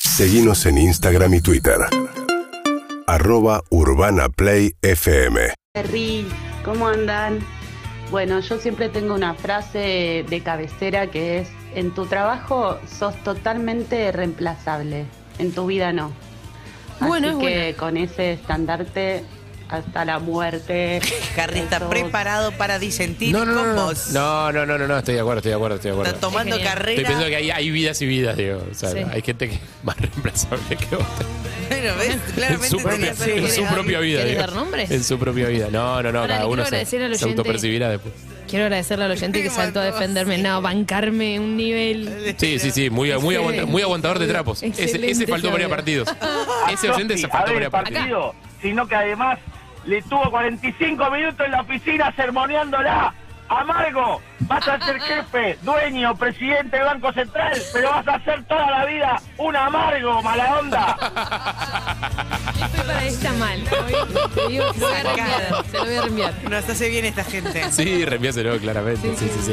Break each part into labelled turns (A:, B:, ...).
A: Seguimos en Instagram y Twitter. Arroba Urbana Play FM.
B: Perri, ¿cómo andan? Bueno, yo siempre tengo una frase de cabecera que es, en tu trabajo sos totalmente reemplazable, en tu vida no. Así
C: Bueno, es
B: que
C: buena.
B: con ese estandarte hasta la muerte.
D: Harry está
B: Eso-
D: preparado para disentir
E: No, no, no,
D: con
E: no.
D: vos.
E: No, no, no, no, no, estoy de acuerdo, estoy de acuerdo, estoy de
D: Está
E: acuerdo.
D: tomando
C: Genial.
D: carrera.
E: Estoy pensando que hay, hay vidas y vidas, digo. O sea,
C: Sí.
E: hay gente que es más reemplazable que otra.
D: Bueno, ¿ves?
E: En
D: Claramente
E: su propia,
D: tenés
E: en su
D: algo que
E: propia vida.
C: ¿Querés
E: digo.
C: dar nombres?
E: En su propia vida. No, no, no,
C: Ahora
E: cada
C: le
E: uno
C: quiero
E: se,
C: agradecer al
E: se
C: oyente.
E: autopercibirá después.
C: Quiero agradecerle al oyente que
D: Me
C: saltó a
D: mató
C: defenderme, no, bancarme un nivel.
E: Sí, sí, sí, muy, muy, aguanta- muy aguantador de trapos. Ese,
C: Excelente,
E: ese faltó para
C: Flavio.
E: partidos. Ese oyente se
F: a
E: faltó
F: ver
E: para
F: el
E: partidos.
F: partido, sino que además le tuvo 45 minutos en la oficina sermoneándola. Amargo, vas a ser jefe, dueño, presidente del Banco Central, pero vas a ser toda la vida un amargo, mala onda.
C: Estoy para esta mal. Hoy te digo que se lo voy a reenviar, se lo voy a reenviar.
D: Nos hace bien esta gente.
E: Sí, reenviáselo, claramente. Sí, sí, sí.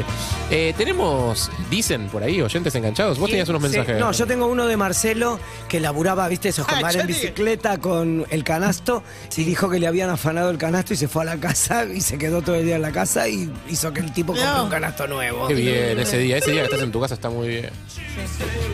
E: Eh, tenemos, dicen por ahí, oyentes enganchados. Vos tenías unos
G: Sí,
E: mensajes.
G: No, yo tengo uno de Marcelo que laburaba, viste, esos
D: Ah,
G: compadres
D: ya
G: en
D: dije.
G: bicicleta con el canasto y dijo que le habían afanado el canasto y se fue a la casa y se quedó todo el día en la casa y hizo que el tipo compre
D: No.
G: un canasto nuevo.
E: Qué bien, ese día. Ese día que estás en tu casa está muy bien.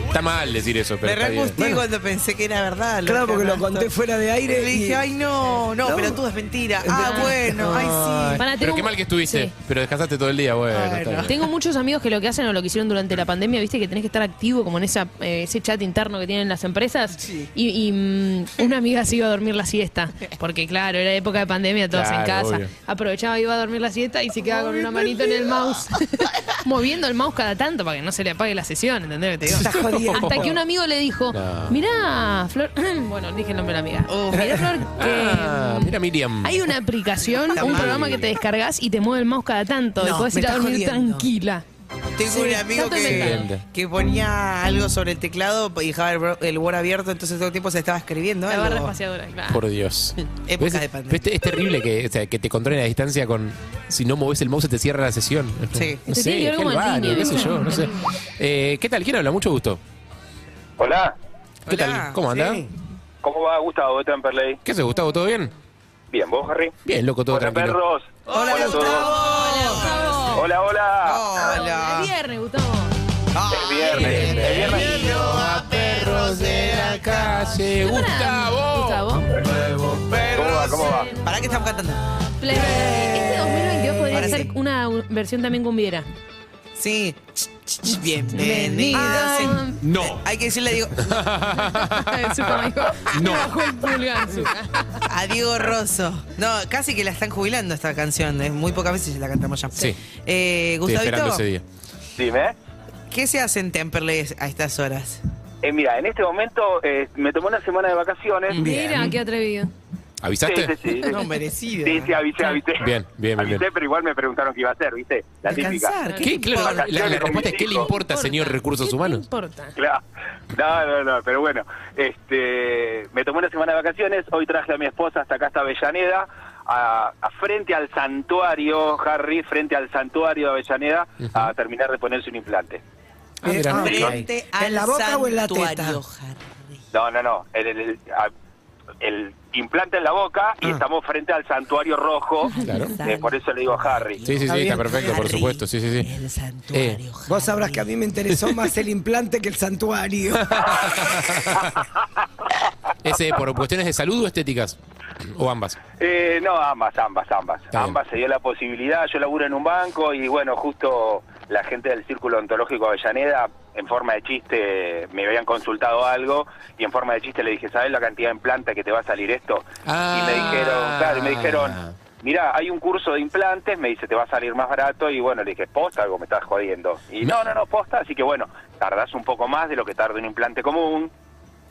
E: Está mal decir eso, pero
D: Me
E: está bien.
D: reangustié cuando pensé que era verdad.
G: Claro, porque lo
D: canastos.
G: conté fuera de aire.
D: Le
G: y-
D: dije, ay, no, no,
G: No.
D: pero tú es mentira. Ah,
G: mentira.
D: bueno, ay, sí.
C: Para, tengo
E: Pero qué
C: mu-
E: mal que estuviste.
C: Sí.
E: Pero descansaste todo el día, bueno. está bien.
C: Tengo muchos amigos que lo que hacen o lo que hicieron durante la pandemia, viste que tenés que estar activo como en esa, eh, ese chat interno que tienen las empresas.
D: Sí.
C: Y, y, mm, una amiga se iba a dormir la siesta, porque claro, era época de pandemia, todos en
E: Claro,
C: casa.
E: obvio.
C: Aprovechaba, iba a dormir la siesta y se quedaba con una manito en el mouse, moviendo el mouse cada tanto para que no se le apague la sesión, ¿entendés? lo que te digo?
G: Estás jodiendo.
C: Hasta que un amigo le dijo,
E: No.
C: mirá, Flor, bueno, dije el nombre de la amiga.
D: Oh.
C: Mirá, Flor, que...
E: Ah,
C: mm,
E: mira Miriam.
C: hay una aplicación,
D: Está
C: un
D: mal.
C: programa que te descargas y te mueve el mouse cada tanto. y
G: No,
C: podés
G: me
C: ir a
G: estás
C: dormir
G: jodiendo.
C: tranquila.
D: Tengo
C: Sí,
D: un amigo
C: tanto
D: que,
E: inventado.
D: que ponía algo sobre el teclado y dejaba el, bro- el Word abierto, entonces todo el tiempo se estaba escribiendo.
C: La barra
D: algo.
C: espaciadora, claro.
E: Por Dios.
D: Época
E: ¿Ves?
D: de pandemia.
E: ¿Ves? Es terrible que, o sea, que te controlen a distancia con. Si no moves el mouse, se te cierra la sesión.
D: Sí.
E: No
C: Te tiene que
E: sé,
C: ver como
E: el
C: al
E: baño,
C: niño,
E: qué sé
C: ¿viste?
E: yo, no sé. Eh, ¿Qué tal? ¿Quién habla? Mucho gusto.
F: Hola,
E: ¿Qué
D: Hola.
E: tal? ¿Cómo anda?
G: Sí.
F: ¿cómo va Gustavo de Temperley?
E: ¿Qué haces, Gustavo? ¿Todo bien?
F: Bien, ¿vos, Harry?
E: Bien, loco, todo tranquilo.
D: Hola,
F: Hola a todos.
D: Gustavo.
F: Hola, hola.
D: Hola.
C: Es viernes, Gustavo.
D: Es
F: viernes, es viernes.
D: a perros de la
E: calle, Gustavo.
C: Gustavo.
F: ¿Cómo va? ¿Cómo va?
D: ¿Para qué estamos cantando?
C: Play. Este 2022 podría
D: Ahora
C: ser
D: sí.
C: una u- versión también cumbiera.
D: Sí. Bienvenidos.
C: Ay,
E: No.
D: Hay que decirle a Diego,
C: su amigo.
E: No.
C: Bajó el pulgar. su-
D: a Diego Rosso. No, casi que la están jubilando esta canción. Es muy pocas veces la cantamos ya.
E: Sí.
D: Eh,
E: Estoy esperando
D: Gustavito,
E: ese día.
H: Dime.
D: ¿qué se hace en Temperley a estas horas?
H: Eh, mira, en este momento eh, me tomé una semana de vacaciones.
C: Mira, qué atrevido.
H: Sí,
E: ¿Avisaste?
H: sí, sí.
D: No, merecido.
H: Sí, sí, avisé, avisé.
E: Bien, bien, bien,
H: Avisé,
E: bien.
H: pero igual me preguntaron qué iba a hacer, ¿viste? La típica.
D: Descansar.
E: ¿Qué? Claro, la- la,
H: Vacaciones con
E: respuesta es
H: mis
E: ¿qué le
H: hijos.
E: importa, señor
C: Importa.
E: Recursos
C: ¿Qué te
E: Humanos?
C: importa?
H: Claro. No, no, no, pero bueno. Este, me tomé una semana de vacaciones. Hoy traje a mi esposa hasta acá, hasta Avellaneda. A, a frente al santuario, Harry, frente al santuario de Avellaneda, a terminar de ponerse un implante.
E: Ah, mira.
G: Ah, ok.
D: Frente al
G: ¿En la boca o en la
D: santuario,
G: teta?
D: Harry.
H: No, no, no. El, el- el- a- el implante en la boca
E: Ah.
H: y estamos frente al santuario rojo.
E: Claro.
H: Eh, por eso le digo Harry.
E: Sí, sí,
G: Está
E: sí, está
G: bien.
E: perfecto, por supuesto. Sí, Eh, sí, sí.
D: El santuario. Harry.
G: Vos sabrás que a mí me interesó más el implante que el santuario.
E: ¿Ese por cuestiones de salud o estéticas? ¿O ambas?
H: Eh, no, ambas, ambas, ambas.
E: Está bien.
H: ambas se dio la posibilidad. Yo laburo en un banco y bueno, justo la gente del Círculo Ontológico de Avellaneda, en forma de chiste, me habían consultado algo y en forma de chiste le dije, ¿sabes la cantidad de implante que te va a salir esto? Y me
E: Ah.
H: dijeron, claro, y me dijeron, mirá, hay un curso de implantes, me dice, te va a salir más barato y bueno, le dije, posta, algo me estás jodiendo. Y no, no, no, posta, así que bueno, tardás un poco más de lo que tarda un implante común,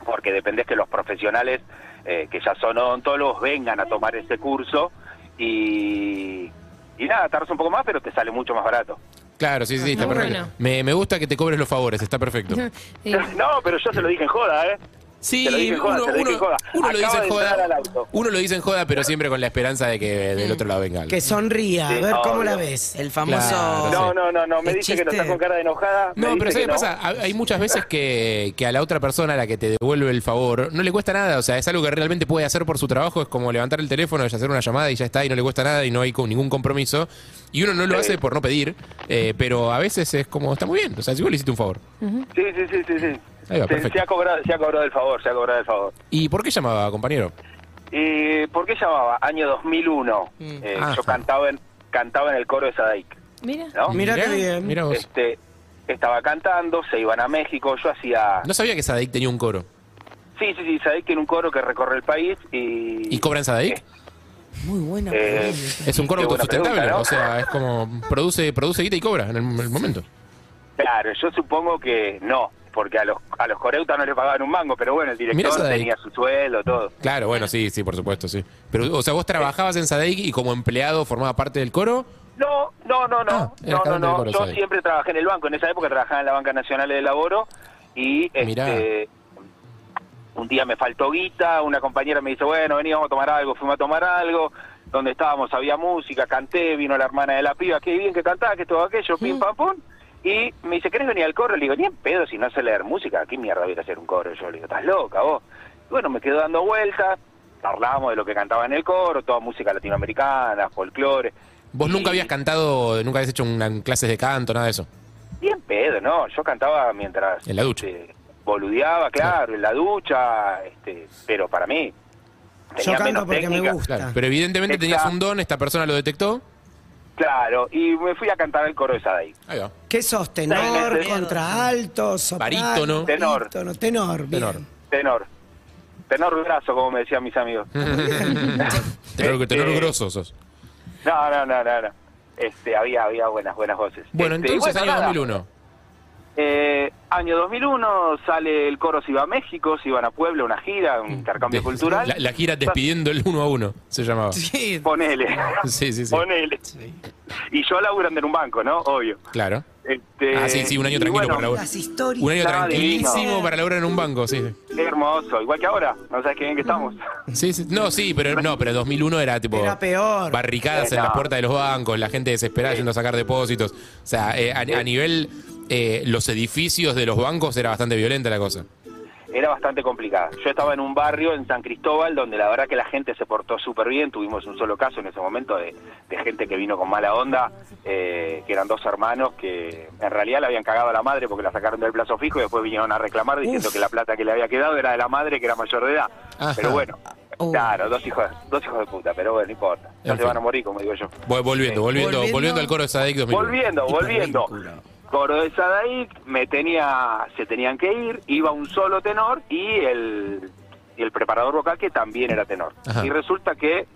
H: porque dependés que los profesionales eh, que ya son odontólogos vengan a tomar ese curso y, y nada, tardas un poco más, pero te sale mucho más barato.
E: Claro, sí, sí, está
C: Muy
E: perfecto.
C: bueno.
E: Me, me gusta que te cobres los favores, está perfecto.
C: Sí.
H: No, pero yo se lo dije en joda, ¿eh?
E: Sí,
H: Se lo dice en joda,
E: uno,
H: se lo dice en
E: uno-
H: joda.
E: uno lo
H: Acaba
E: dice en
H: de entrar al
E: joda.
H: auto.
E: Uno lo dice en joda, pero siempre con la esperanza de que del otro lado venga. algo.
G: Que sonría, a
H: Sí,
G: ver cómo
H: obvio.
G: la ves.
D: El famoso.
E: Claro.
H: No, no, no, no, me
D: El
H: dice que no
D: chiste.
H: está con cara de enojada. me
E: No,
H: dice
E: pero ¿sabes
H: que
E: qué pasa? Ah. Ha- Hay muchas veces que, que a la otra persona a la que te devuelve el favor no le cuesta nada. O sea, es algo que realmente puede hacer por su trabajo. Es como levantar el teléfono y hacer una llamada y ya está, y no le cuesta nada y no hay con ningún compromiso. Y uno no lo
H: Sí.
E: hace por no pedir, eh, pero a veces es como, está muy bien. O sea, si vos le hiciste un favor.
H: Sí, sí, sí, sí. sí.
E: Ahí va,
H: Se- se,
E: perfecto.
H: ha cobrado, se ha cobrado el favor, se ha cobrado el favor.
E: ¿Y por qué llamaba, compañero?
H: ¿Y por qué llamaba? Año 2001. Eh,
E: Ah.
H: yo cantaba en, cantaba en el coro de Sadaik,
C: Mira.
H: ¿no?
G: Mirá qué bien.
E: Mira vos.
H: Este, estaba cantando, se iban a México, yo hacía...
E: No sabía que Sadik tenía un coro.
H: Sí, sí, sí, Sadaik tiene un coro que recorre el país y...
E: ¿Y cobran Sadik?
D: Muy buena.
H: Eh,
D: pregunta.
E: Es un coro
H: Qué buena
E: autosustentable.
H: pregunta, ¿no?
E: O sea, es como, produce, produce guita y cobra en el, en el momento.
H: Claro, yo supongo que no, porque a los, a los coreutas no les pagaban un mango, pero bueno, el
E: Mirá
H: director
E: Sadaik.
H: tenía su sueldo, todo.
E: Claro, bueno, sí, sí, por supuesto, sí. Pero, o sea, vos trabajabas en Sadeik y como empleado formaba parte del coro.
H: No, no, no,
E: Ah,
H: no.
E: era
H: no, no,
E: cantante de
H: no.
E: coro,
H: Yo
E: sabía.
H: siempre trabajé en el banco. En esa época trabajaba en la Banca Nacional de Laboro y
E: Mirá.
H: este, un día me faltó guita. Una compañera me dice, bueno, vení, vamos a tomar algo. Fuimos a tomar algo. Donde estábamos había música, canté, vino la hermana de la piba. Qué bien que cantaba, que todo aquello,
E: Mm.
H: pim, pam, pum. Y me dice, ¿querés venir al coro? Le digo, ni en pedo si no sé leer música. ¿Qué mierda voy a ir a hacer un coro? Yo le digo, estás loca vos. Y bueno, me quedo dando vueltas. Hablábamos de lo que cantaba en el coro, toda música latinoamericana, folclore.
E: Vos nunca
H: Y-
E: habías cantado, nunca habías hecho una clases de canto, nada de eso.
H: Bien pedo, ¿no? Yo cantaba mientras...
E: En la ducha.
H: este, boludeaba, claro, en la ducha, este, pero para mí
G: Yo
H: tenía
G: canto
H: menos
G: porque me
H: técnica.
G: gusta.
E: Claro. Pero evidentemente
H: Está.
E: tenías un don, esta persona lo detectó.
H: Claro, y me fui a cantar el coro de Sadai.
E: Ahí va.
G: ¿Qué sos? ¿Tenor,
H: Tenor.
G: contraalto, soprano?
E: Barítono.
H: Tenor.
G: barítono, tenor, bien.
E: Tenor.
H: Tenor. Tenor graso, como me decían mis amigos.
E: Tenor, tenor
H: Eh,
E: grosso sos.
H: No, no, no, no, no. Este, había, había buenas, buenas voces.
E: Bueno,
H: Este, y
E: entonces
H: bueno,
E: año
H: nada.
E: 2001.
H: Eh, año 2001 sale el coro Se iba a México, Se iban a Puebla, una gira, un intercambio
E: Mm. De-
H: cultural.
E: La, la gira despidiendo el uno a uno se llamaba.
D: Sí.
H: Ponele.
E: Sí, sí, sí.
H: Ponele. Y yo laburando en un banco, ¿no? Obvio.
E: Claro.
H: Este,
E: Ah, sí, sí, un año
H: y
E: tranquilo
H: bueno,
E: para laburar.
G: Las historias.
E: Un año
H: Está
E: tranquilísimo
H: divino.
E: para laburar en un banco, sí. sí.
H: Hermoso, igual que ahora. No sabes qué bien que estamos.
E: Sí, sí. No, sí, pero no, pero 2001 era tipo.
G: Era peor.
E: Barricadas en
H: Era.
E: las puertas de los bancos, la gente desesperada yendo a sacar depósitos. O sea, eh, a, a nivel. eh, los edificios de los bancos era bastante violenta la cosa.
H: Era bastante complicada. Yo estaba en un barrio en San Cristóbal donde la verdad que la gente se portó súper bien. Tuvimos un solo caso en ese momento de, de gente que vino con mala onda, eh, que eran dos hermanos que en realidad le habían cagado a la madre porque la sacaron del plazo fijo y después vinieron a reclamar diciendo que la plata que le había quedado era de la madre que era mayor de edad.
E: Ajá.
H: Pero bueno,
D: Oh.
H: claro, dos hijos, dos hijos de puta, pero bueno, no importa. No
E: En
H: se
E: fin.
H: van a morir, como digo yo.
E: Vol- Volviendo, volviendo,
D: Volviendo.
E: volviendo al coro de Sadek 2001.
H: Volviendo, volviendo. Coro de Sadaic, me tenía, se tenían que ir, iba un solo tenor y el, y el preparador vocal que también era tenor.
E: Ajá.
H: Y resulta que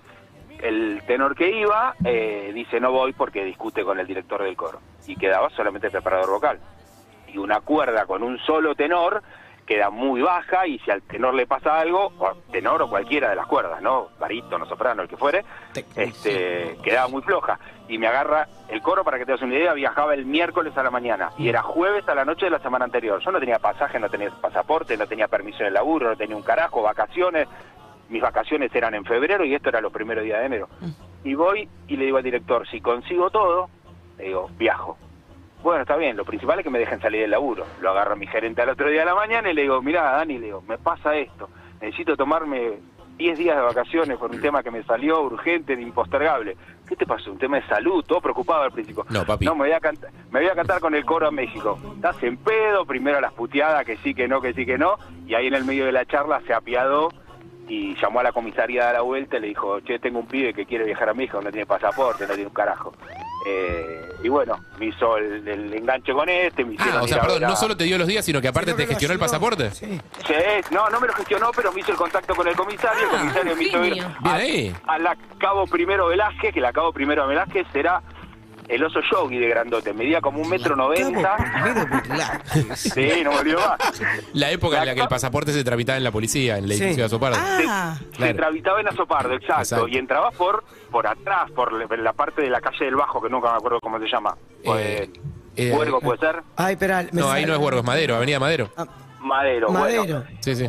H: el tenor que iba eh, dice no voy porque discute con el director del coro. Y quedaba solamente el preparador vocal. Y una cuerda con un solo tenor queda muy baja y si al tenor le pasa algo, o al tenor o cualquiera de las cuerdas, ¿no? Barítono, soprano, el que fuere, este, quedaba muy floja. Y me agarra el coro, para que te hagas una idea, viajaba el miércoles a la mañana y era jueves a la noche de la semana anterior. Yo no tenía pasaje, no tenía pasaporte, no tenía permiso en el laburo, no tenía un carajo, vacaciones. Mis vacaciones eran en febrero y esto era los primeros días de enero. Y voy y le digo al director, si consigo todo, le digo, viajo. Bueno, está bien, lo principal es que me dejen salir del laburo. Lo agarra mi gerente al otro día de la mañana y le digo, mirá, Dani, le digo, me pasa esto. Necesito tomarme 10 días de vacaciones por un tema que me salió urgente, impostergable. ¿Qué te pasó? Un tema de salud, todo preocupado al principio.
E: No, papi.
H: No, me voy a cantar, me voy a cantar con el coro a México. Estás en pedo, primero las puteadas, que sí, que no, que sí, que no. Y ahí en el medio de la charla se apiadó y llamó a la comisaría de la vuelta y le dijo, che, tengo un pibe que quiere viajar a México, no tiene pasaporte, no tiene un carajo. Eh, y bueno, me hizo el, el enganche con este, me hicieron
E: Ah, o sea,
H: ir a
E: perdón,
H: ver a-
E: no solo te dio los días, sino que aparte
G: Sino
E: te
G: que lo
E: gestionó el
G: ayudó.
E: pasaporte.
G: Sí.
H: Sí, no, no me lo gestionó, pero me hizo el contacto con el comisario.
C: Ah,
H: el comisario me hizo ir
C: genio.
E: Bien ahí.
H: a, a la Cabo Primero Velázquez, que la Cabo Primero Velázquez será el oso yogi de grandote. Medía como un metro noventa.
D: Primero Velázquez.
H: Sí, no me olvido más.
E: La época en la que el pasaporte se tramitaba en la policía, en la
G: Sí.
E: edificio de Azopardo.
D: Ah,
H: Se tramitaba en Azopardo, exacto.
E: Exacto.
H: Y entrabas por por atrás, por la- la parte de la calle del Bajo, que nunca me acuerdo cómo se llama.
E: Eh, eh,
H: Eh, Huergo, ¿puede ser?
G: Ay, espera. me
E: No,
G: sale-
E: ahí no es Huergo, es Madero, Avenida Madero.
G: Ah,
H: Madero.
G: Madero.
H: Bueno,
E: Sí, sí.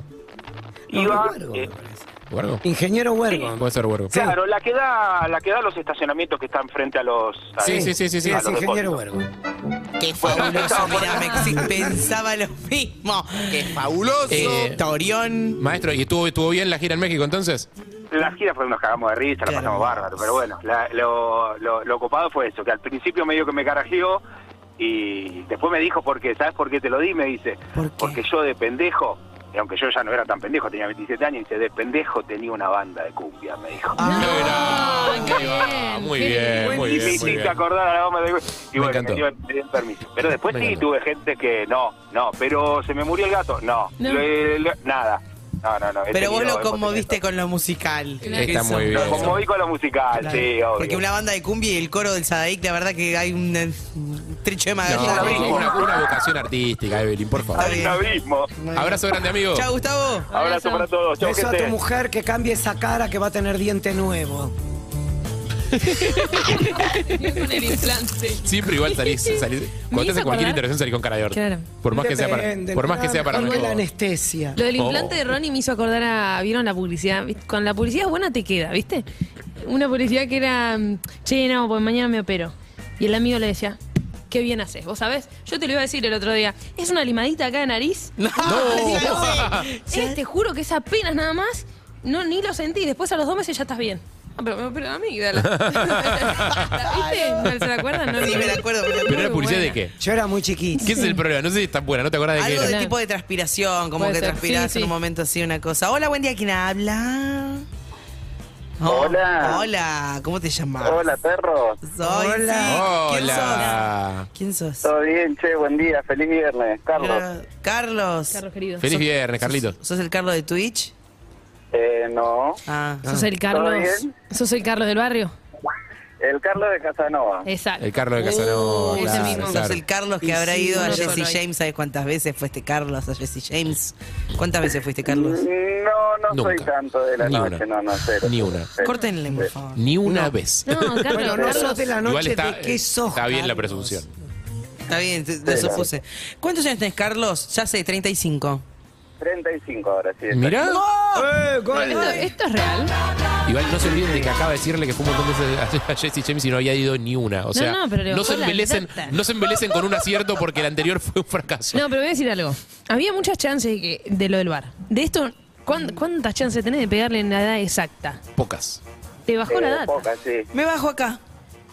G: No,
H: iba,
G: Huergo,
H: eh,
G: me parece.
E: ¿Huergo?
G: Ingeniero Huergo.
E: Puede ser Huergo.
G: Sí.
H: Claro, la que da, la que da los estacionamientos que están frente a los. a-
E: Sí, sí, sí, sí, sí.
H: a
G: es
H: los
G: ingeniero
H: depósitos.
G: Huergo.
D: Qué fabuloso, mirá, me exi- pensaba lo mismo. Qué fabuloso,
E: Eh,
D: Torión.
E: Maestro, ¿y estuvo, estuvo bien la gira en México entonces?
H: La gira fue, nos cagamos de risa,
D: Claro.
H: la pasamos bárbaro, pero bueno, la- lo, lo, lo copado fue eso, que al principio medio que me carajeó y después me dijo, porque, ¿sabes por qué te lo di? Me dice,
D: ¿Por qué?
H: porque yo de pendejo, y aunque yo ya no era tan pendejo, tenía 27 años, y dice, de pendejo tenía una banda de cumbia, me dijo.
D: Ah.
E: Qué gran,
C: Ah, qué
E: ahí va,
C: bien,
E: Muy
C: qué
E: bien,
C: bien.
E: muy bien,
H: Buenísimo,
E: muy bien.
H: te acordás de la bomba de Güey. Y
E: Me
H: bueno,
E: encantó.
H: me dio- me dieron permiso. Pero después
E: Me
H: sí
E: encantó.
H: tuve gente que no, no, pero se me murió el gato, no,
C: No.
H: Le- le- nada. No, no, no. he
D: Pero vos
H: tenido
D: lo conmoviste con lo musical.
E: Está
D: Que eso-
E: muy bien.
H: Lo conmoví con lo musical, sí, obvio.
D: Porque una banda de cumbia y el coro del Sadaic, la verdad que hay un eh, un trecho de
E: No,
D: Magallanes.
H: lo mismo.
E: una, una vocación artística, Evelyn, por favor.
H: Hay un abismo.
E: Abrazo grande, amigo.
D: Chao, Gustavo.
H: Abrazo para todos. Chau,
G: Beso a tu
H: gente.
G: mujer que cambie esa cara que va a tener diente nuevo.
C: Bien con el implante.
E: Siempre igual salís,
C: Me
E: salís- cuando te
C: hizo
E: hacen cualquier
C: acordar-
E: intervención salís con cara de orto.
C: Claro.
E: Por más que sea para,
G: Depende,
E: por más que
G: no,
E: sea para
G: no, la
E: mejor.
G: anestesia.
C: Lo del
E: Oh.
C: implante de Ronnie me hizo acordar a. ¿Vieron la publicidad? ¿Viste? Con la publicidad buena te queda, ¿viste? Una publicidad que era. mm, Che, no, pues mañana me opero. Y el amigo le decía. Qué bien haces, vos sabés. Yo te lo iba a decir el otro día. Es una limadita acá de nariz.
D: No.
C: Eh, te juro que es apenas nada más. No, ni lo sentí. Después a los dos meses ya estás bien. Ah, pero me operó la amígdala. ¿Viste? ¿No se la acuerdan? No,
D: Sí,
C: no.
D: me la acuerdo. me la acuerdo.
E: Pero era
C: Muy
E: publicidad de
C: buena.
E: qué?
G: Yo era muy chiquito.
E: ¿Qué es el problema? No sé si es tan buena, no te acordás de qué
D: Algo
E: era.
D: de tipo de transpiración, como
C: Puede
D: que
C: ser,
D: transpirás
C: sí,
D: en un
C: sí.
D: momento así una cosa. Hola, buen día, ¿quién habla?
H: Hola.
D: Hola, ¿cómo te llamas?
H: Hola, perros.
D: Soy,
E: Hola.
D: sí, ¿Quién sos? ¿Quién sos?
H: Todo bien, che, buen día. Feliz viernes. Carlos.
D: Gra- Eh, Carlos.
C: Carlos querido.
E: Feliz viernes, Carlitos.
D: ¿Sos el Carlos de Twitch?
H: Eh, no.
D: Ah.
C: ¿Sos el
H: ¿Todo
C: Carlos?
H: bien?
C: ¿Sos el Carlos del barrio?
H: El Carlos de Casanova.
C: Exacto.
E: El Carlos de Casanova.
C: Uh, ese
E: Ah, claro,
C: mismo.
E: claro.
D: Sos el Carlos que
G: Y
D: habrá
G: sí,
D: ido a
C: uno solo
D: Jesse
C: ahí.
D: James. ¿Sabes cuántas veces fuiste Carlos a Jesse James? ¿Cuántas veces fuiste Carlos?
H: No, no soy
E: Nunca.
H: tanto de la
E: Ni
H: noche,
E: una.
H: no, no, cero.
E: Ni una.
H: Cero. Eh,
D: Córtenle, por favor.
E: Ni una vez.
C: No, Carlos,
G: Bueno, no
C: Carlos.
G: sos de la noche,
E: Igual está, eh,
G: ¿de qué sos,
E: está bien la
G: Carlos?
E: presunción.
D: Está bien, te- lo
H: Sí,
D: supuse. ¿Cuántos años tenés, Carlos? Ya sé, 35.
H: 35 ahora, sí.
E: Mirá,
H: ¡Oh!
G: ¡Eh, gol!
C: ¿Esto, esto es real?
E: igual no se olviden de que acaba de decirle que fue un montón de veces a Jesse James y no había ido ni una. O sea,
C: no, pero le bajó
E: se
C: la
E: embelecen,
C: nota.
E: no se embelecen con un acierto porque el anterior fue un fracaso.
C: No, pero voy a decir algo. Había muchas chances de, que- de lo del bar. De esto, ¿cuán- ¿cuántas chances tenés de pegarle en la edad exacta?
E: Pocas.
C: Te bajó la data.
H: Poca, Eh, sí.
D: Me bajo acá.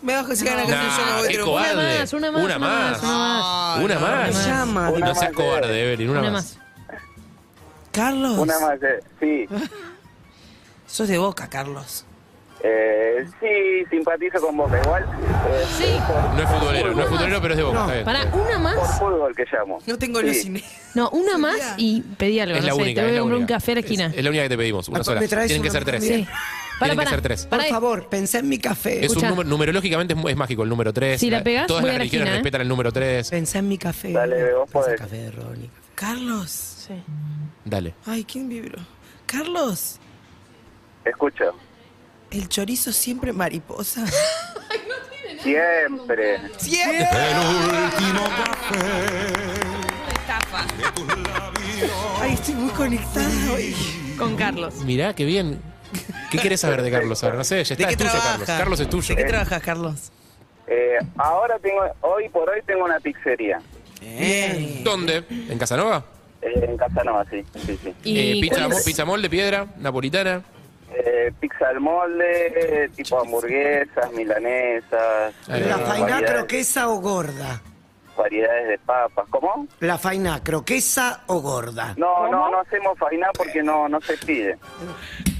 D: Me bajo si gana
E: No.
D: Carlos yo me voy
E: qué
D: triunfando.
E: cobarde.
C: Una más, una más, una
E: Una
C: más,
E: más.
C: una más.
E: una más.
G: me llama.
E: No
H: Una
E: seas
H: más,
E: cobarde,
H: eh.
E: Evelyn. Una,
C: Una
E: más.
C: más.
D: Carlos.
H: Una más, eh, sí.
D: Sos de boca, Carlos.
H: Eh, sí, simpatizo con Boca igual. eh,
C: Sí,
E: No es futbolero, no es futbolero, pero es de boca. está bien.
C: para una
H: por
C: más.
H: fútbol que llamo.
D: No tengo
H: Sí.
D: los cines.
C: No, una más y pedí algo.
E: Es
C: no
E: la
C: sé,
E: única.
C: te voy a
E: es la
C: comprar un
E: única.
C: café a la esquina.
E: Es, es la única que te pedimos, una
G: Apa,
E: sola.
G: Ah, ¿me traes
E: Tienen que
G: una
E: ser tres.
G: también?
C: Sí. Para,
E: que
C: para,
E: ser tres.
G: Por
C: para.
G: favor, pensé en mi café.
E: Es un número, numerológicamente es mu- es mágico el número 3.
C: Si la pegás,
E: todas
C: voy
E: las
C: a la
E: religiones
C: esquina, ¿eh?
E: respetan el número 3.
G: Pensé en mi café.
H: Dale, vos
G: Pensé en
H: podés.
G: café de Ronnie.
D: Carlos.
C: Sí.
E: Dale.
D: Ay, ¿quién vibró? Carlos.
H: Escucho.
D: El chorizo siempre mariposa.
H: Siempre.
D: Siempre. Ay, estoy muy conectada hoy.
H: Ah,
C: Con Carlos.
E: Mirá, qué bien. ¿Qué querés saber de Carlos ahora? No sé, ya
D: ¿De
E: está,
D: qué
E: es tuyo,
D: trabajas?
E: Carlos. Carlos es tuyo.
D: ¿De qué trabajas, Carlos?
H: Eh, ahora tengo, hoy por hoy tengo una pizzería.
G: Eh,
D: Bien.
E: ¿Dónde? ¿En Casanova?
H: Eh, en Casanova, sí. sí, sí.
E: Eh, pizza,
C: cuál
E: mo-
C: es-
E: pizza molde, piedra, napolitana.
H: Eh, pizza al molde, eh, tipo hamburguesas, milanesas.
E: Ahí
H: eh,
E: va.
G: ¿La faina
H: variedades-
G: croquesa o gorda?
H: Variedades de papas. ¿Cómo?
G: ¿La faina croquesa o gorda?
H: No, no, no hacemos fainá porque no, no se pide.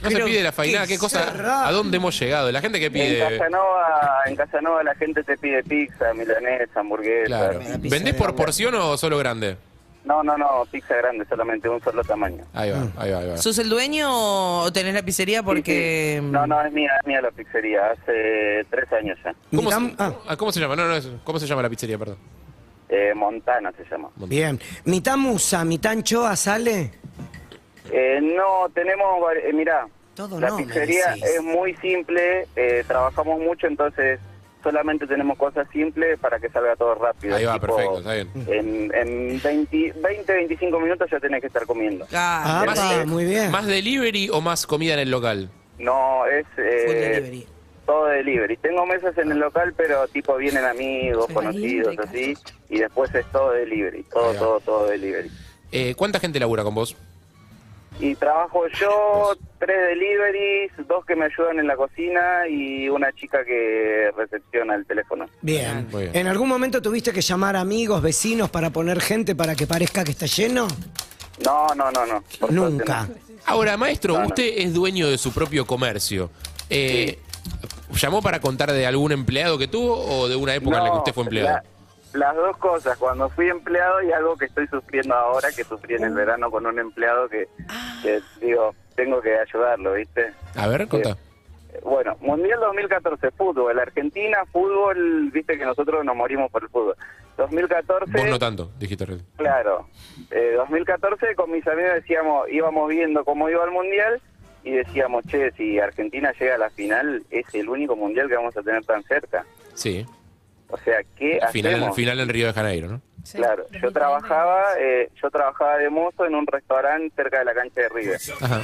E: No se
D: Pero
E: pide la faina,
D: qué
E: qué cosa.
G: cerrado.
E: ¿A dónde hemos llegado? La gente que
H: En
E: pide.
H: Casanova, en Casanova la gente te pide pizza, milanesa, hamburguesa.
E: Claro.
G: da pizza
E: ¿Vendés
G: de
E: por
G: hambre.
E: porción o solo grande?
H: No, no, no, pizza grande, solamente un solo tamaño.
E: Ahí
G: Mm.
E: va, ahí va, ahí va.
D: ¿Sos el dueño o tenés la pizzería porque... mm,
H: Sí, sí. No, no, es mía, es mía la pizzería, hace tres años ya.
E: ¿Cómo,
G: Mi tam-
E: se,
G: ah,
E: ah, ¿Cómo se llama? No, no, es- ¿Cómo se llama la pizzería, perdón?
H: Eh, Montana se llama.
G: bien. ¿Mitad musa, mitad anchoa sale?
H: Eh, no, tenemos, vari- eh, mirá,
D: Todo
H: la
D: no, me
H: pizzería
D: decís.
H: es muy simple, eh, trabajamos mucho, entonces solamente tenemos cosas simples para que salga todo rápido.
E: Ahí va,
H: Tipo,
E: perfecto, está bien.
H: En, en 20, 20, 25 minutos ya tenés que estar comiendo.
D: Ah,
G: Ah,
E: más-
G: pa, muy bien.
E: ¿Más delivery o más comida en el local?
H: No, es eh,
D: full delivery.
H: todo delivery. Tengo mesas en el local, pero tipo vienen amigos,
C: Sí.
H: conocidos,
C: Rica.
H: así, y después es todo delivery, todo,
E: Ahí va.
H: todo, todo delivery.
E: Eh, ¿Cuánta gente labura con vos?
H: Y trabajo yo, tres deliveries, dos que me ayudan en la cocina y una chica que recepciona el teléfono.
G: Bien.
E: Muy bien.
G: ¿En algún momento tuviste que llamar amigos, vecinos para poner gente para que parezca que está lleno?
H: No, no, no, no. por suerte
G: Nunca.
H: no.
E: Ahora, maestro,
H: Claro.
E: usted es dueño de su propio comercio. Eh, ¿Llamó para contar de algún empleado que tuvo o de una época en la que
H: No,
E: usted fue empleado?
H: la- las dos cosas, cuando fui empleado y algo que estoy sufriendo ahora, que sufrí en el verano con un empleado que, que, digo, tengo que ayudarlo, ¿viste?
E: A ver, contá.
H: Eh, Bueno, Mundial 2014, fútbol. Argentina, fútbol, viste que nosotros nos morimos por el fútbol. 2014,
E: Vos no tanto, dijiste. recién.
H: claro. Eh, 2014 con mis amigos decíamos, íbamos viendo cómo iba el Mundial y decíamos, che, si Argentina llega a la final, es el único Mundial que vamos a tener tan cerca.
E: Sí.
H: O sea, ¿qué
E: Final,
H: hacemos?
E: final en Río de Janeiro, ¿no?
H: Claro, yo trabajaba, eh, yo trabajaba de mozo en un restaurante cerca de la cancha de River
E: Ajá.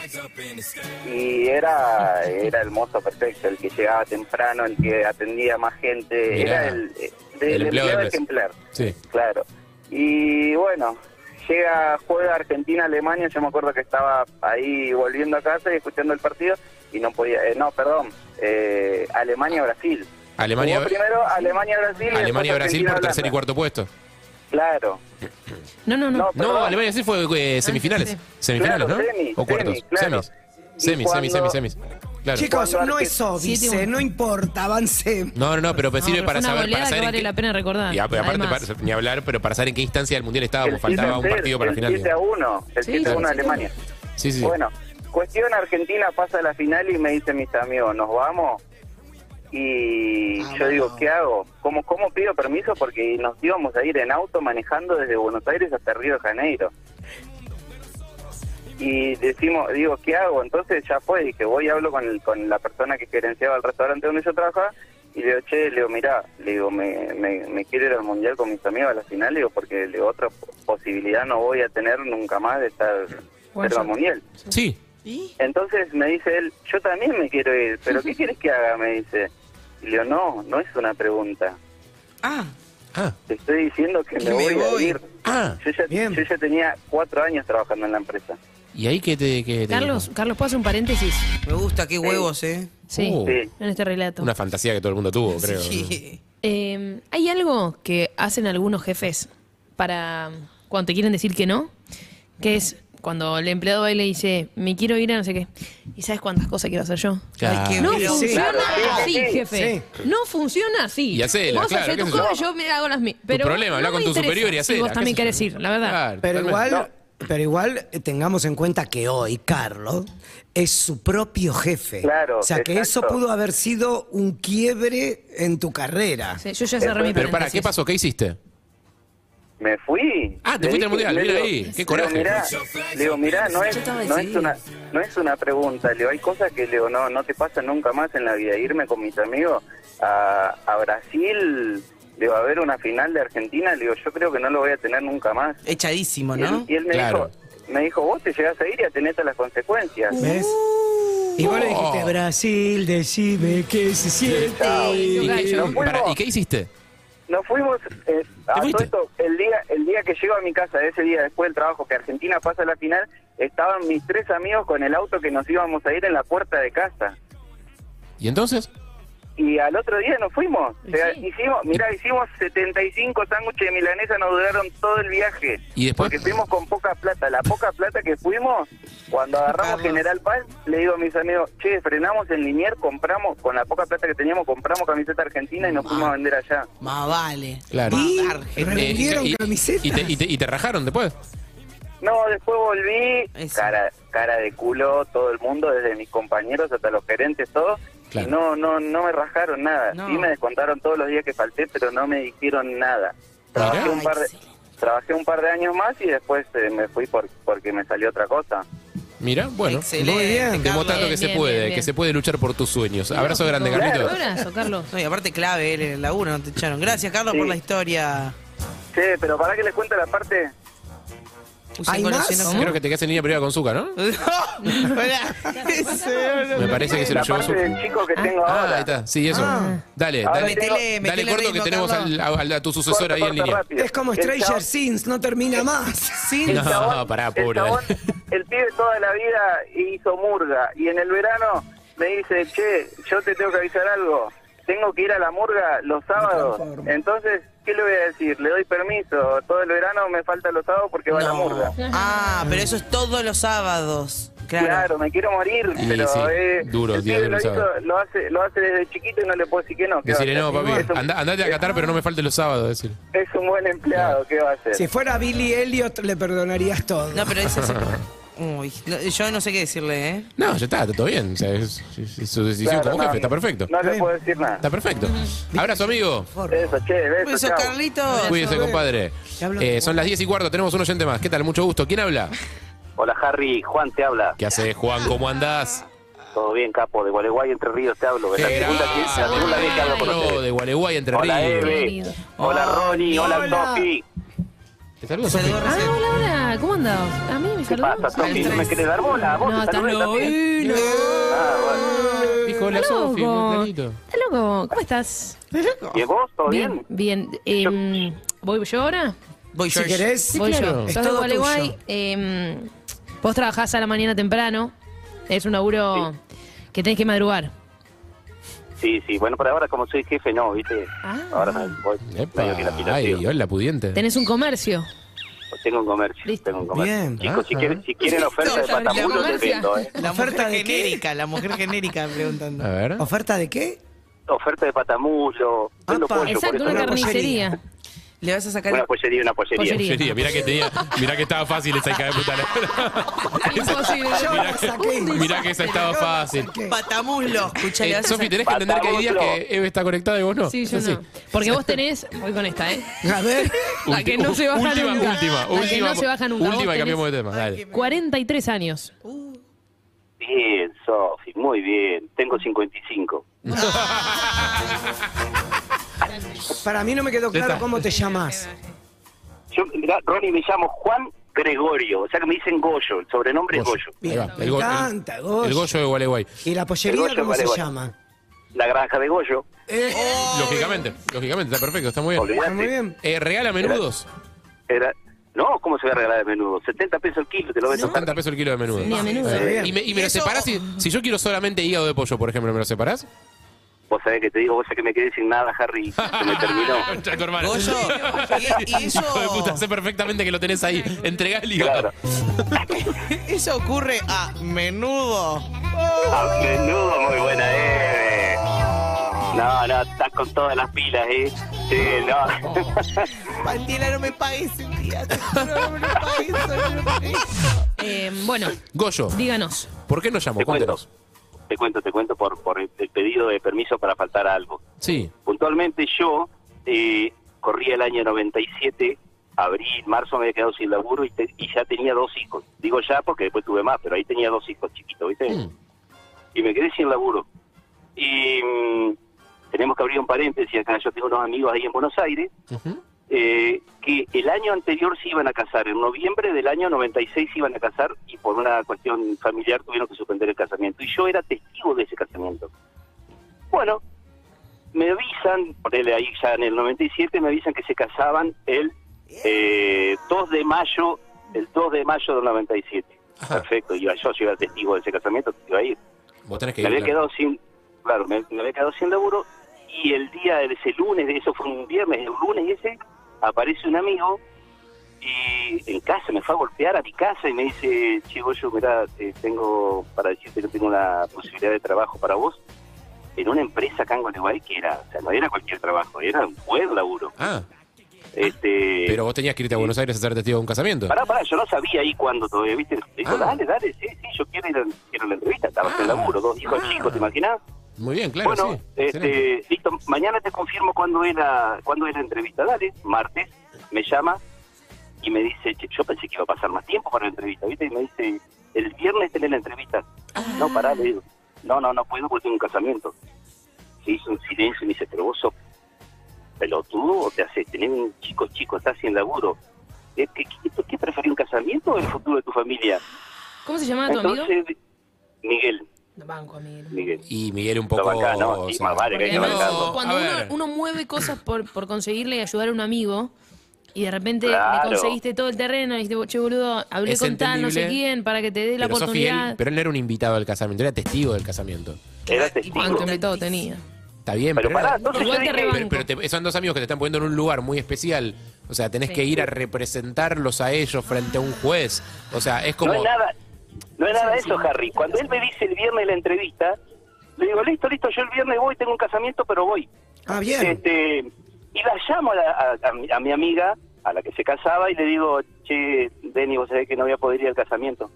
H: y era era el mozo perfecto, el que llegaba temprano, el que atendía más gente,
E: Mirá,
H: era el, eh,
E: el
H: del
E: empleado
H: empleado
E: del mes.
H: ejemplar,
E: Sí.
H: claro. Y bueno, llega juega Argentina Alemania, yo me acuerdo que estaba ahí volviendo a casa y escuchando el partido y no podía, eh, no, perdón, eh, Alemania Brasil.
E: Alemania,
H: Jugó primero Alemania Brasil,
E: Alemania Brasil por tercer y
H: cuarto.
E: cuarto puesto.
H: Claro.
C: No, no, no.
H: No,
E: No,
H: Perdón.
E: Alemania sí fue eh, semifinales.
C: sí.
E: Semifinales,
H: Claro,
E: ¿no?
H: semi,
E: o cuartos.
H: semi, claro.
E: Semis. Semis,
H: Y
E: semis,
H: cuando-
E: semis, semis. Claro.
G: Chicos,
H: Cuando
G: no
H: Arge-
G: es óbice,
C: Siete-
G: no importa, avancemos.
E: No, no, no, pero sirve
C: pero
E: para
C: fue una
E: saber.
C: goleada
E: Para
C: que
E: saber en
C: vale
E: qué-
C: la pena recordar,
E: Y, ah, aparte,
C: además.
E: para- ni hablar, pero para saber en qué instancia del mundial estábamos.
H: El
E: Ah, Faltaba
H: 7 a
E: un
H: 0,
E: partido para
H: el
E: la final.
H: 7 a
E: digamos.
H: 1, el
C: Sí,
H: 7 a 1
C: sí,
H: a
C: sí.
H: Alemania.
E: Sí, sí. sí.
H: Bueno, cuestión Argentina pasa a la final y me dicen mis amigos, ¿nos vamos? Y
G: Ah,
H: yo
G: no.
H: digo, ¿qué hago? ¿Cómo, ¿Cómo pido permiso? Porque nos íbamos a ir en auto manejando desde Buenos Aires hasta Río de Janeiro. Y decimos, digo, ¿qué hago? Entonces ya fue, dije, voy y hablo con, el- con la persona que gerenciaba el restaurante donde yo trabajaba. Y le digo, che, le digo, mirá, le digo, me, me, me quiero ir al mundial con mis amigos a la final, le digo, porque le digo, otra posibilidad no voy a tener nunca más de estar
C: Bueno,
H: cerca
C: yo-
H: del mundial.
E: Sí.
H: Entonces me dice él, yo también me quiero ir, pero ¿qué quieres que haga? Me dice. Y le digo, no, no es una pregunta.
D: Ah,
E: Ah,
H: Te estoy diciendo que
D: Que
H: me,
D: me
H: voy,
D: voy.
H: a ir.
E: ah.
H: Yo ya,
G: Bien.
H: yo ya tenía cuatro años trabajando en la empresa.
E: ¿Y ahí qué te.? qué te
C: Carlos, Carlos, ¿puedo hacer un paréntesis?
D: me gusta, qué huevos, ¿eh?
C: Sí,
E: Oh.
H: Sí.
C: en este relato.
E: Una fantasía que todo el mundo tuvo, creo.
D: Sí.
C: Eh, Hay algo que hacen algunos jefes para cuando te quieren decir que no, que es cuando el empleado va y le dice, me quiero ir a no sé qué. ¿Y sabes cuántas cosas quiero hacer yo?
E: Claro.
D: Ay, qué
C: No
D: huevos.
C: funciona
H: Claro, sí,
C: así,
H: sí,
C: jefe. No funciona así.
E: Y hacela,
C: Vos
E: claro,
C: hacés
E: qué
C: tu
E: sé yo.
C: cosa y yo me hago las mías.
E: Tu
C: Pero
E: problema, habla
C: no
E: con
C: me
E: tu
C: interesa
E: superior y
C: si
E: hacela.
C: vos
E: qué
C: también
E: sé yo.
C: querés ir, la verdad.
E: Claro,
G: Pero
E: totalmente.
G: igual,
H: No.
G: pero igual eh, tengamos en cuenta que hoy Carlos es su propio jefe.
H: Claro,
G: O sea que eso
H: exacto.
G: pudo haber sido un quiebre en tu carrera.
C: Sí, yo ya cerré mi
E: Pero para,
C: paréntesis.
E: ¿qué pasó? ¿Qué hiciste?
H: Me fui.
E: Ah, te
H: Le
E: fuiste al
H: dije-
E: mundial,
H: le
E: mira
H: digo-
E: ahí, qué
H: le digo,
E: coraje.
H: mirá, le digo, mirá, no es, no, es una, no es una pregunta, le digo, hay cosas que le digo, no, no te pasan nunca más en la vida. Irme con mis amigos a, a Brasil, le digo, a ver una final de Argentina, le digo, yo creo que no lo voy a tener nunca más.
D: Echadísimo,
H: Y él,
D: ¿no?
H: y él me,
E: Claro.
H: dijo, me dijo, vos te llegás a ir y atenés a las consecuencias.
G: ¿Ves? Y vos le dijiste,
E: Oh.
G: Brasil, decime qué se
H: Chao.
G: siente.
E: ¿Y qué,
H: Nos fuimos.
E: pará, ¿y qué hiciste?
H: Nos fuimos eh, a
E: fuiste?
H: todo esto, el día, el día que llego a mi casa, ese día después del trabajo que Argentina pasa a la final, estaban mis tres amigos con el auto que nos íbamos a ir en la puerta de casa.
E: ¿Y entonces?
H: Y al otro día nos fuimos. O sea,
C: Sí.
H: hicimos, mirá, hicimos 75 sándwiches de milanesa, nos duraron todo el viaje.
E: ¿Y después?
H: Porque fuimos con poca plata. La poca plata que fuimos, cuando agarramos
D: Carlos.
H: General Paz, le digo a mis amigos, che, frenamos en Linier, compramos, con la poca plata que teníamos, compramos camiseta argentina y nos fuimos a vender allá.
D: Más vale.
E: Claro.
D: Más
E: ¿Y?
D: Argentina.
E: Eh, y-
G: ¿Revendieron
E: y-
G: camisetas?
E: Y te, y, te, y te rajaron después.
H: No, después volví,
D: Eso.
H: cara, cara de culo, todo el mundo, desde mis compañeros hasta los gerentes, todos.
E: Claro.
H: Y No, no, no me rajaron nada.
D: No.
H: Sí me descontaron todos los días que falté, pero no me dijeron nada. Trabajé un par de, trabajé un par de años más y después eh, me fui por, porque me salió otra cosa.
E: Mira, bueno.
D: Excelente,
G: Muy bien.
D: Carlos.
E: Demostrando que
C: Bien,
E: se
C: bien,
E: puede,
C: bien, bien.
E: que se puede luchar por tus sueños. Abrazo grande, Carlito.
C: Un abrazo, Carlos.
D: No, y aparte clave él en el laburo, no te echaron. Gracias, Carlos,
H: Sí.
D: por la historia.
H: Che, pero para que les cuente la parte.
D: Un
G: ¿Hay más?
D: cinco
E: Creo que te quedas en línea privada con Zuka, ¿no?
D: No, pará. Ese, no,
E: Me
D: no.
E: parece que se lo
H: la
E: llevó
H: parte
E: Zuka.
H: del chico que tengo
E: Ah,
H: ahora.
E: ahí está. Sí, eso.
C: Ah.
E: Dale,
H: Ahora
E: dale.
H: tengo-
D: Metele,
E: Dale
D: metele
E: corto que
D: ritmo,
E: tenemos
D: Carlos.
E: al- al- a tu sucesor
H: Corta,
E: ahí en
H: corta,
E: línea.
H: rápido.
G: Es como
H: El chabón-
G: Stranger Things, no termina más.
D: Sí,
E: No,
H: chabón-
E: pará,
H: el
E: pobre,
H: chabón,
E: dale.
H: El pibe toda la vida hizo murga y en el verano me dice, che, yo te tengo que avisar algo, tengo que ir a la murga los sábados.
G: conformo.
H: Entonces, ¿qué le voy a decir? Le doy permiso, todo el verano me falta los sábados porque va a la murga.
D: Ah, pero eso es todos los sábados. Claro.
H: Claro. me quiero morir,
E: Y
H: pero
E: sí,
H: eh,
E: duro,
H: el
E: día
H: pibe
E: de
H: lo,
E: los
H: hizo-
E: sábados.
H: lo hace, lo hace desde chiquito y no le puedo decir que no. ¿qué va a
E: Decirle, no,
H: hacer?
E: papi,
H: Es un-
E: anda- andate a Qatar, pero no me falte los sábados. decirle.
H: Es un buen empleado, ¿qué va a hacer?
G: Si fuera Billy Elliot, le perdonarías todo.
D: No, pero ese es. Uy, no, yo no sé qué decirle, ¿eh?
E: No, ya está, está todo bien. O sea, es, es- es su decisión
H: Claro,
E: como
H: no,
E: jefe, está perfecto.
H: No le puedo decir nada.
E: Está perfecto. Abrazo, amigo.
H: Eso, che, besos,
D: Besos,
H: chao.
D: Carlitos.
E: Cuídese, compadre.
G: Ya hablo
E: Eh,
G: con-
E: son las 10 y cuarto, tenemos un oyente más. ¿Qué tal? Mucho gusto. ¿Quién habla?
H: Hola Harry, Juan te habla.
E: ¿Qué haces, Juan? ¿Cómo andás?
H: Todo bien, capo, de Gualeguay, Entre Ríos te hablo. Es Pues la
E: Qué
H: segunda, que- la
E: grande.
H: segunda vez que hablo con
E: Pablo
H: ustedes.
E: de Gualeguay, Entre
H: Hola
E: Ríos.
H: Eve,
C: Querido.
H: hola Ronnie, hola, Sofi.
E: Te saludo, Sofi.
D: Saludó
C: Ah,
D: recién.
C: hola, hola. ¿Cómo andabas? ¿A mí me
H: ¿Qué pasa,
C: saludó?
H: Sofi? ¿No me querés dar bola? ¿Vos
C: No,
H: te
C: hasta
H: saludé
C: luego.
H: también?
C: Ey, no.
H: Ah, bueno.
E: Dijo, hola,
C: Está
E: Sofi,
C: loco.
E: muy clarito.
C: Está loco. ¿Cómo estás?
H: ¿Y vos? ¿Todo bien?
C: Bien. Em, ¿Voy yo ahora?
D: Voy,
G: Si
D: George.
G: querés,
C: Voy
E: claro.
C: yo.
G: Es
C: Sos de
G: todo
C: Gualeguay.
G: tuyo.
C: em, vos trabajás a la mañana temprano. Es un laburo que tenés que madrugar.
H: Sí, sí, bueno, por ahora como soy jefe, no, ¿viste?
C: Ah.
H: ahora me voy
E: Epa,
H: medio que la pila,
E: ay,
H: tío.
E: hola, pudiente.
C: Tenés un comercio.
H: Tengo un comercio,
C: Listo.
H: tengo un comercio.
G: Bien. Ah,
H: Chicos, si
E: Ajá.
H: quieren, si quieren oferta de
D: Ya abrí la
H: patamulos, les
C: comercia.
H: vendo, ¿eh?
D: La
G: ¿Oferta
D: mujer
G: de qué?
D: genérica, la mujer genérica preguntando.
E: A ver.
G: ¿Oferta de qué?
H: Oferta de patamulo, vendo
G: Apa.
H: pollo, por
C: Exacto,
H: eso
C: una
H: no-
G: pollería.
C: carnicería.
D: Le vas a sacar
H: Una pollería, una pollería.
C: Pollería.
E: Sería, mirá que tenía, mirá que estaba fácil esa hija de puta.
C: Imposible.
G: Yo la saqué.
E: Mirá que esa estaba fácil.
D: el patamulo. Escucha, le
E: Eh,
D: vas a
E: Sofi,
D: sacar-
E: tenés que entender que hay días que Eve está conectada y vos no.
C: Sí, yo
E: Es así.
C: no. Porque vos tenés. Voy con esta, ¿eh?
G: A ver.
C: La que no se baja
E: última,
C: nunca.
E: Última,
C: La que
E: última,
C: no se baja nunca. Vos
E: Última y
C: tenés-
E: cambiamos de tema. Dale.
C: 43 años.
H: Bien, Sofi, muy bien. Tengo 55.
G: Para mí no me quedó claro cómo te llamas.
H: Yo, mirá, Ronnie, me llamo Juan Gregorio. O sea que me dicen Goyo. El sobrenombre es Goyo.
E: Ahí va,
G: Me
E: go-
G: encanta, Goyo.
E: El Goyo de Gualeguay.
G: ¿Y la
H: El
G: pollería
H: Goyo
G: cómo se
H: Gualeguay.
G: llama?
H: La granja de Goyo.
C: Eh.
E: Lógicamente, lógicamente, está perfecto, está muy bien.
G: Ah, Muy
H: Olvidate.
G: bien.
E: Eh, regala menudos.
H: Era- No, ¿cómo se va a regalar de menudo? 70 pesos el kilo, te lo vendo.
E: 70 pesos el kilo de menudo.
C: Ni a menudo.
G: Está bien.
E: Y me, y me lo
D: Eso-
E: separás, si, si yo quiero solamente hígado de pollo, por ejemplo, ¿me lo separás?
H: Vos sabés que te digo, vos sabés que me quedé sin nada, Harry. Se me terminó.
E: Chaco, hermano.
D: Goyo, y, y eso,
E: Hijo de puta, sé perfectamente que lo tenés ahí. Entregá el hígado.
H: Claro.
D: eso ocurre a menudo.
H: A Ah, menudo, muy buena, eh. No, no, estás con todas las pilas, eh. Sí, no.
D: Pantila, no me pagues un día. No, no me pagues, no me pagues.
C: Eh, bueno,
E: Goyo,
C: díganos.
E: ¿por qué nos llamó?
H: Te cuento.
E: Cuéntanos.
H: Te cuento, te cuento por, por el el pedido de permiso para faltar a algo.
E: Sí.
H: Puntualmente yo eh, corría el año 97, abril, marzo me había quedado sin laburo y, te- y ya tenía dos hijos. Digo ya porque después tuve más, pero ahí tenía dos hijos chiquitos, ¿viste?
E: Mm.
H: Y me quedé sin laburo. Y mm, tenemos que abrir un paréntesis acá. Yo tengo unos amigos ahí en Buenos Aires
E: Ujú.
H: eh, que el año anterior se iban a casar. En noviembre del año 96 se iban a casar y por una cuestión familiar tuvieron que suspender el casamiento. Y yo era testigo de ese casamiento. Bueno, me avisan, ponele ahí ya en el 97, me avisan que se casaban el eh, 2 de mayo, el 2 de mayo del 97.
E: Ajá.
H: Perfecto, yo, yo soy el testigo de ese casamiento, iba a ir
E: Vos tenés que
H: me
E: ir.
H: había
E: claro.
H: quedado sin claro me, me había quedado sin laburo y el día de ese lunes de eso fue un viernes el lunes ese aparece un amigo y en casa me fue a golpear a mi casa y me dice che yo mira tengo para decirte que tengo una posibilidad de trabajo para vos en una empresa acá en Gualeguay que era o sea no era cualquier trabajo era un buen laburo
E: Ah,
H: este
E: pero vos tenías que irte a Buenos Aires a ser testigo de un casamiento.
H: Pará, pará, yo no sabía ahí cuándo todavía, ¿viste? Le digo,
E: Ah.
H: dale, dale, sí, sí, yo quiero ir a, quiero ir a la entrevista, estaba en laburo, dos hijos chicos, ¿te imaginas?
E: Muy bien, claro,
H: bueno,
E: sí. Excelente.
H: este, listo, mañana te confirmo cuándo es la, cuándo es la entrevista. Dale, martes, me llama y me dice, "Che, yo pensé que iba a pasar más tiempo para la entrevista, ¿viste? Y me dice, el viernes viernes tenés la entrevista.
C: Ah.
H: No, pará, le digo. No, no, no puedo porque tengo un casamiento. Se hizo un silencio y me dice, pero vos sos pelotudo o te haces, tenés un chico chico, estás sin laburo. Eh, ¿Qué, qué, qué preferís, un casamiento o el futuro de tu familia?
C: ¿Cómo se llamaba tu amigo?
H: Entonces, Miguel,
C: Banco, amigo.
H: Miguel.
E: Y Miguel un
H: Lo
E: poco...
H: bancás, ¿no?
E: o
H: Y
E: sea,
H: más vale que
C: Porque
H: haya
E: no,
H: bancado.
E: a
C: cuando uno,
E: ver.
C: uno mueve cosas por, por conseguirle y ayudar a un amigo y de repente
H: Claro.
C: le conseguiste todo el terreno y dijiste, che boludo, hablé
E: Es
C: con tal, no sé
E: entendible,
C: quién, para que te dé la
E: pero, sos
C: oportunidad.
E: fiel, pero él no era un invitado al casamiento, era testigo del casamiento.
H: Era
C: Y
H: testigo.
C: cuánto método tenía.
E: Está bien,
H: Pero
E: pero, era-
H: pará, entonces
C: Igual
H: yo
C: te
H: dije,
C: rebanco.
E: pero- pero te- son dos amigos que te están poniendo en un lugar muy especial. O sea, tenés
C: Sí.
E: que ir a representarlos a ellos frente a un juez. O sea, es como...
H: No es nada, no es nada de eso, Harry. Cuando él me dice el viernes la entrevista, le digo, listo, listo, yo el viernes voy, tengo un casamiento, pero voy.
G: Ah, bien.
H: Este, y la llamo a, la- a- a mi- a mi amiga, a la que se casaba, y le digo, che, Denny, vos sabés que no voy a poder ir al casamiento.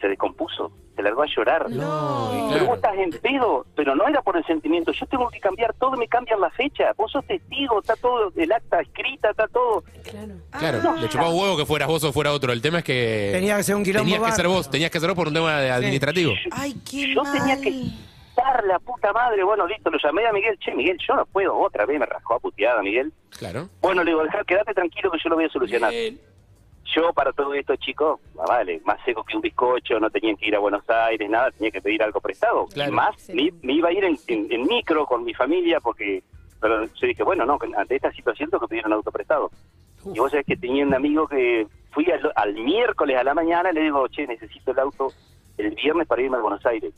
H: Se descompuso, se largó a llorar.
E: No, y
H: Pero vos
E: claro.
H: estás en pedo, pero no era por el sentimiento. Yo tengo que cambiar todo, me cambian la fecha. Vos sos testigo, está todo, el acta escrita, está todo.
C: Claro.
E: Claro, le chupaba un huevo que fueras vos o fuera otro. El tema es que.
G: Tenía que ser un quilombo
E: Tenías Eh, que
G: bárbaro.
E: ser vos, tenías que ser vos por un tema de administrativo.
D: Ay, qué
H: Yo
D: mal.
H: tenía que estar la puta madre. Bueno, listo, lo llamé a Miguel. Che, Miguel, yo no puedo. Otra vez me rascó a puteada, Miguel.
E: Claro. Eh,
H: Bueno, le digo, dejá, quédate tranquilo que yo lo voy a solucionar. Yo, para todo esto, chicos, ah, vale, más seco que un bizcocho, no tenían que ir a Buenos Aires, nada, tenía que pedir algo prestado.
E: Claro.
H: Y más,
C: Sí.
H: me, me iba a ir en, en- en micro con mi familia porque... Pero yo dije, bueno, no, ante esta situación tengo que pedir un auto prestado. Y vos sabés que tenía un amigo que fui al, al miércoles a la mañana y le digo, che, necesito el auto el viernes para irme a Buenos Aires.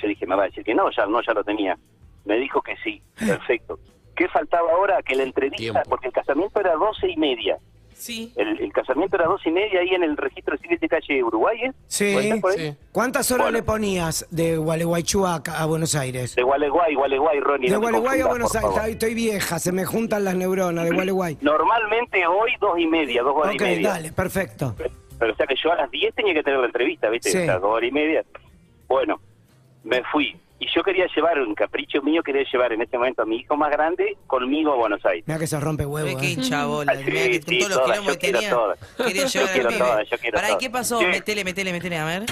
H: Yo dije, me va a decir que no, ya no, ya lo tenía. Me dijo que sí, perfecto. ¿Qué faltaba ahora? Que la entrevista,
E: Tiempo.
H: porque el casamiento era doce y media.
D: Sí.
H: El, el casamiento era doce y media ahí en el registro civil de calle Uruguay, ¿eh?
G: Sí.
H: ¿Puede ser por ahí?
E: Sí.
G: ¿Cuántas horas
H: Bueno.
G: le ponías de Gualeguaychú a, a Buenos Aires?
H: De Gualeguay, Gualeguay, Ronnie.
G: De
H: no te
G: Gualeguay a Buenos
H: confundas, por
G: Aires.
H: favor.
G: Estoy, estoy vieja, se me juntan las neuronas de Gualeguay.
H: Normalmente hoy dos y media, dos horas
G: Ok,
H: y media.
G: dale, perfecto.
H: Pero o sea que yo a las 10 tenía que tener la entrevista, ¿viste?
G: Sí.
H: O sea, dos horas y media. Bueno, me fui. Y yo quería llevar, un capricho mío, quería llevar en este momento a mi hijo más grande conmigo a Buenos Aires.
G: Mira que se rompe huevo.
D: Ve qué
G: eh.
D: hincha bola,
H: Sí,
D: mirá que con
H: sí,
D: todos los
H: todas,
D: quilombos
H: yo
D: que
H: quiero
D: tenía.
H: todas.
D: Quería
H: Yo
D: llevar al
H: quiero
D: pibe.
H: todas, yo quiero
D: Pará, ¿y
H: todas.
D: ¿qué pasó?
H: Sí.
D: Metele, metele, metele, a ver.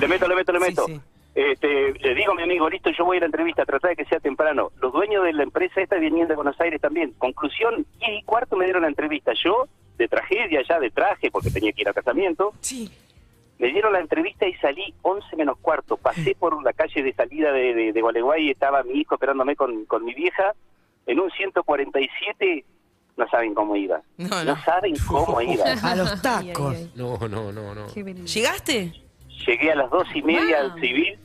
H: Le meto, le meto, le
D: Sí,
H: meto.
D: sí.
H: Este, le digo a mi amigo, listo, yo voy a la entrevista, tratá de que sea temprano. Los dueños de la empresa esta venían de Buenos Aires también. Conclusión, 10 y cuarto me dieron la entrevista. Yo, de tragedia ya, de traje, porque tenía que ir a casamiento,
D: Sí.
H: me dieron la entrevista y salí 11 menos cuarto. Pasé por la calle de salida de, de, de Gualeguay y estaba mi hijo esperándome con, con mi vieja. En un 147, no saben cómo iba.
D: No, no.
H: No saben cómo iba.
G: A los tacos.
E: No, no, no, no.
D: ¿Llegaste?
H: Llegué a las dos y media
C: Wow.
H: al civil,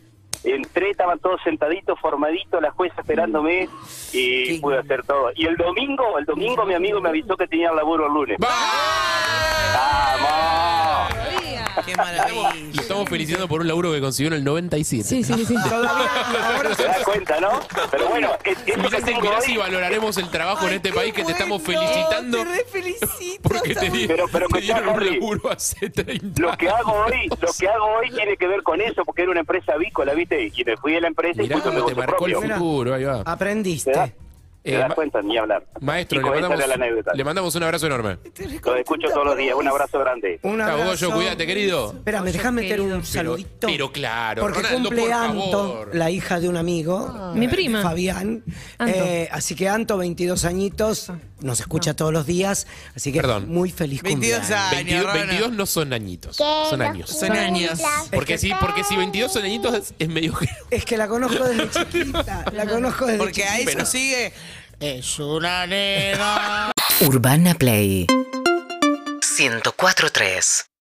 H: entré, estaban todos sentaditos, formaditos, la jueza esperándome y
D: Sí.
H: pude hacer todo. Y el domingo, el domingo mi amigo me avisó que tenía laburo el lunes. ¡Vamos!
D: Qué maravilla.
E: Lo estamos felicitando por un laburo que consiguió en el 97.
C: Sí, sí, sí. sí.
G: Todavía, ahora
H: ¿Te
G: se-
H: das cuenta, no? Pero bueno, es, es lo que
E: Mirá si,
H: tengo
E: mirá si
H: hoy.
E: valoraremos el trabajo en
D: Ay,
E: este
D: qué
E: país que te estamos
D: bueno,
E: felicitando
D: Te refelicito.
E: porque te,
D: está
E: di-
H: Pero- pero
E: te
H: escuchá,
E: dieron un
H: Harry.
E: laburo hace 30
H: Lo que hago hoy, lo que hago hoy tiene que ver con eso, porque era una empresa avícola, ¿viste? Y me fui de la empresa y
E: Mirá,
H: puse un
E: te
H: negocio
E: marcó el
H: propio.
G: Mirá.
E: futuro, ahí va.
H: ¿Te das,
G: Aprendiste.
H: te
E: Eh,
H: das
E: ma-
H: cuenta? Ni hablar.
E: Maestro, le
H: Chicos, esa
E: mandamos,
H: era la anécdota.
E: le mandamos un abrazo enorme.
H: Los escucho todos los días. Un abrazo grande.
G: Un
E: Chao, Goyo,
G: abrazo.
E: cuídate, querido.
G: Espera, me dejás meter un saludito.
E: pero claro,
G: Porque
E: Ronaldo,
G: cumple
E: por
G: Anto,
E: favor.
G: la hija de un amigo.
C: Ah. Mi
G: eh,
C: prima.
G: Fabián.
C: Anto. Ah.
G: Eh, así que Anto, 22 añitos, nos escucha todos los días. Así que
E: Perdón.
G: muy feliz
D: 22
G: cumpleaños.
E: 22,
D: años.
E: 22 no son añitos, son años.
D: Son años.
E: Porque sí, porque si 22 son añitos es- es medio que-
G: Es que la conozco desde chiquita. La conozco desde
D: Porque a
G: chiquita.
D: eso sigue. Es una nena.
I: Urbana Play 104.3